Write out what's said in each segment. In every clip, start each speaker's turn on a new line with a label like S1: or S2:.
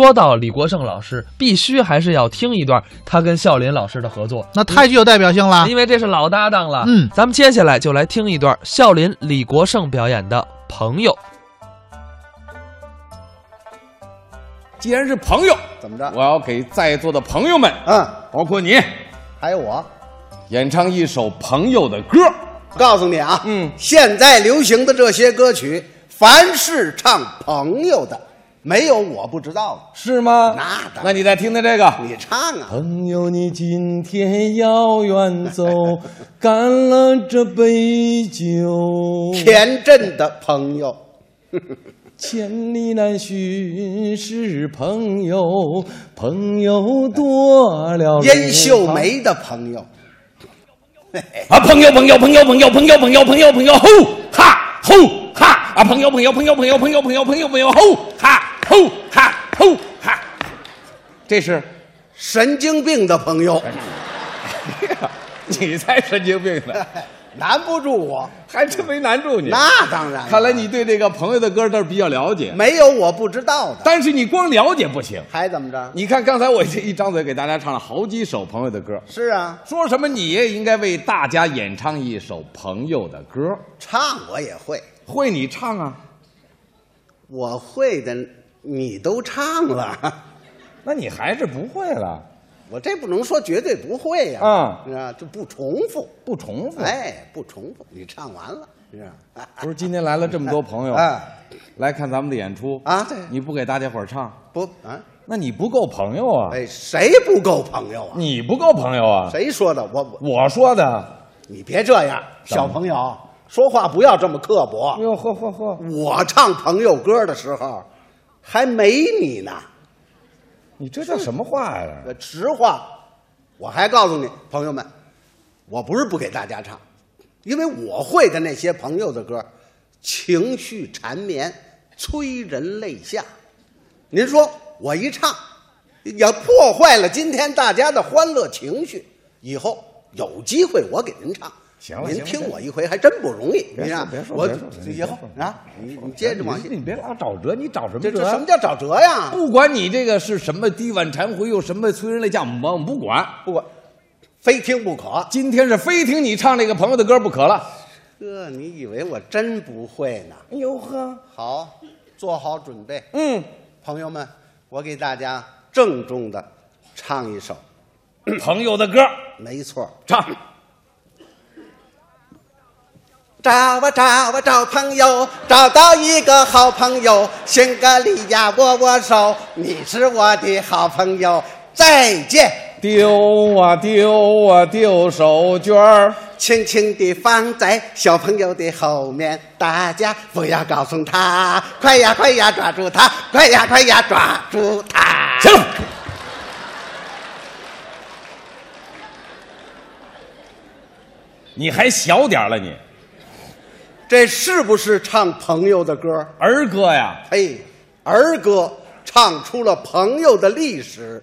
S1: 说到李国盛老师，必须还是要听一段他跟笑林老师的合作，
S2: 那太具有代表性了。
S1: 因为这是老搭档了。
S2: 嗯
S1: 咱们接下来就来听一段笑林李国盛表演的《朋友》。
S3: 既然是朋友，
S4: 怎么着？
S3: 我要给在座的朋友们，
S4: 嗯，
S3: 包括你，
S4: 还有我，
S3: 演唱一首朋友的歌。
S4: 告诉你啊，
S3: 嗯
S4: 现在流行的这些歌曲，凡是唱朋友的，没有我不知道
S3: 是吗
S4: 那当然
S3: 那你再听听这个。
S4: 的。你唱啊，
S3: 朋友，你今天要远 走，干了这杯酒，
S4: 田震的朋友，
S3: 千里难寻是朋友，朋友多了
S4: 殷秀梅的朋友，
S3: 啊，朋友，朋友，朋友，朋友，朋友，朋友，朋友，朋友，吼哈吼哈啊，朋友，朋友，朋友，朋友，朋友，朋友，朋友，朋友，吼哈吼哈吼哈，这是
S4: 神经病的朋友，
S3: 嗯你才神经病呢，
S4: 难不住我。
S3: 还真没难住你。
S4: 那当然了，
S3: 嗯看来你对这个朋友的歌倒是比较了解，
S4: 没有我不知道的，
S3: 但是你光了解不行。
S4: 还怎么着？
S3: 你看刚才我这一张嘴给大家唱了好几首朋友的歌，
S4: 是啊，
S3: 说什么你也应该为大家演唱一首朋友的歌，
S4: 唱我也会，
S3: 会你唱啊？
S4: 我会的，你都唱了，
S3: 那你还是不会了，
S4: 我这不能说绝对不会呀、
S3: 啊
S4: 是啊，就不重复。
S3: 不重复。
S4: 哎，不重复，你唱完了是 吧？
S3: 不是今天来了这么多朋友，
S4: 啊
S3: 来看咱们的演出
S4: 啊对
S3: 你不给大家伙儿唱，
S4: 不啊，
S3: 那你不够朋友啊，
S4: 哎，谁不够朋友啊？
S3: 你不够朋友啊，
S4: 谁说的？我我
S3: 我说的，
S4: 你别这样，小朋友说话不要这么刻薄
S3: 哎。呦呵呵呵，
S4: 我唱朋友歌的时候，还没你呢。
S3: 你这叫什么话呀、
S4: 呃实话，我还告诉你，朋友们，我不是不给大家唱，因为我会的那些朋友的歌，情绪缠绵，催人泪下。您说我一唱，也破坏了今天大家的欢乐情绪。以后有机会我给您唱，
S3: 行了行
S4: 您
S3: 了
S4: 听
S3: 行了
S4: 我一回还真不容易。
S3: 别
S4: 您
S3: 说
S4: 啊
S3: 别说，
S4: 我
S3: 别说别说
S4: 以后
S3: 别说
S4: 啊，你你接着往下
S3: 你，你别老找辙，你找什么
S4: 这
S3: 辙
S4: 这
S3: 啊？
S4: 什么叫找辙呀？
S3: 不管你这个是什么低碗馋回，又什么催人泪下，我们我们不管。
S4: 不管，非听不可。
S3: 今天是非听你唱这个朋友的歌不可了。
S4: 哥，你以为我真不会呢？
S3: 哎呦呵，
S4: 好，做好准备，
S3: 嗯，
S4: 朋友们，我给大家郑重的唱一首，
S3: 朋友的歌
S4: 没错儿，
S3: 唱，
S4: 找啊找啊找朋友，找到一个好朋友，行个礼呀握握手，你是我的好朋友，再见。
S3: 丢啊丢啊丢手绢儿。
S4: 轻轻地放在小朋友的后面，大家不要告诉他，快呀快呀抓住他，快呀快呀抓住他。
S3: 行了，你还小点儿了你，
S4: 这是不是唱朋友的歌？
S3: 儿歌呀，
S4: 哎，儿歌唱出了朋友的历史，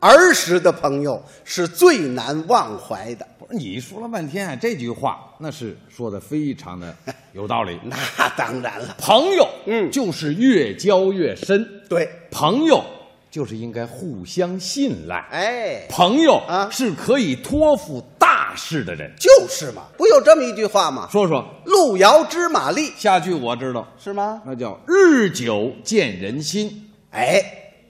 S4: 儿时的朋友是最难忘怀的。
S3: 不是你说了半天、啊、这句话，那是说的非常的有道理。
S4: 那当然了，
S3: 朋友，
S4: 嗯
S3: 就是越交越深，
S4: 对，
S3: 朋友就是应该互相信赖，
S4: 哎，
S3: 朋友
S4: 啊
S3: 是可以托付大事的人。
S4: 就是嘛，不有这么一句话吗？
S3: 说说
S4: 路遥知马力
S3: 下句我知道，
S4: 是吗？
S3: 那叫日久见人心。
S4: 哎，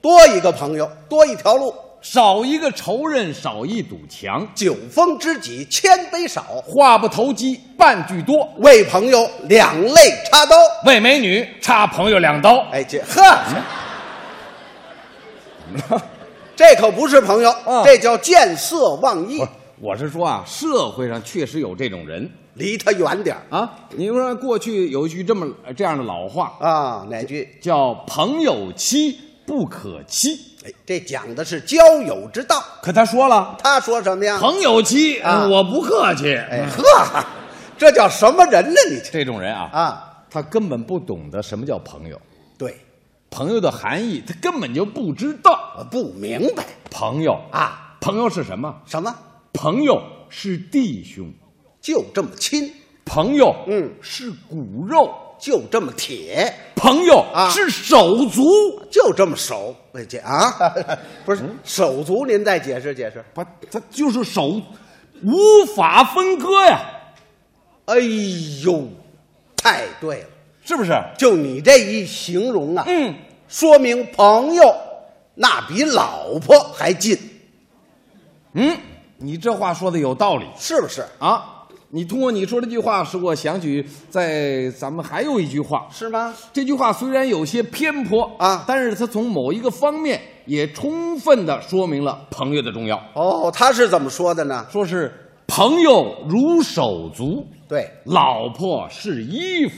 S4: 多一个朋友，多一条路。
S3: 少一个仇人，少一堵墙。
S4: 酒逢知己千杯少，
S3: 话不投机半句多，
S4: 为朋友两肋插刀。
S3: 为美女插朋友两刀。
S4: 哎，这呵， 这可不是朋友，
S3: 嗯哦
S4: 这叫见色忘义
S3: 不。是，我是说啊，社会上确实有这种人
S4: 离他远点儿
S3: 啊。你说过去有一句这么这样的老话，
S4: 啊，哪句？
S3: 叫“朋友妻不可欺
S4: 哎，这讲的是交友之道。”，
S3: 可他说了
S4: 他说什
S3: “
S4: 么呀？
S3: 朋友妻”，
S4: 啊
S3: 我不客气。
S4: 哎呵，这叫什么人呢？你这
S3: 这种人啊，
S4: 啊，
S3: 他根本不懂得什么叫朋友，
S4: 对，
S3: 朋友的含义他根本就不知道。
S4: 我不明白
S3: 朋友，
S4: 啊，
S3: 朋友是什么？
S4: 什么
S3: 朋友是弟兄，
S4: 就这么亲？
S3: 朋友，
S4: 嗯
S3: 是骨肉，
S4: 就这么铁，
S3: 朋友
S4: 啊
S3: 是手足，
S4: 就这么手。哎，姐啊，不是手足，您再解释解释。
S3: 不，他就是手无法分割呀，
S4: 哎呦，太对了，
S3: 是不是？
S4: 就你这一形容啊，
S3: 嗯，
S4: 说明朋友那比老婆还近，
S3: 嗯，你这话说的有道理
S4: 是不是？
S3: 啊！你通过你说这句话，使我想起在咱们还有一句话，
S4: 是吗？
S3: 这句话虽然有些偏颇
S4: 啊
S3: 但是它从某一个方面也充分的说明了朋友的重要。
S4: 哦，他是怎么说的呢？
S3: 说是朋友如手足，
S4: 对，
S3: 老婆是衣服。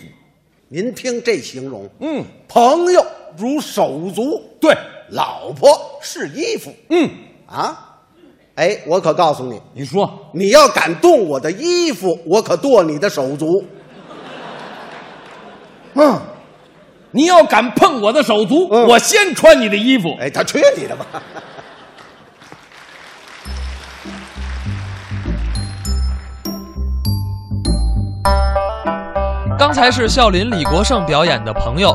S4: 您听这形容，
S3: 嗯，
S4: 朋友如手足，
S3: 对，
S4: 老婆是衣服
S3: 嗯，
S4: 啊！哎，我可告诉你，
S3: 你说
S4: 你要敢动我的衣服，我可剁你的手足。嗯，
S3: 你要敢碰我的手足，
S4: 嗯
S3: 我先穿你的衣服。
S4: 哎，他去你的吧！
S1: 刚才是笑林李国盛表演的《朋友》，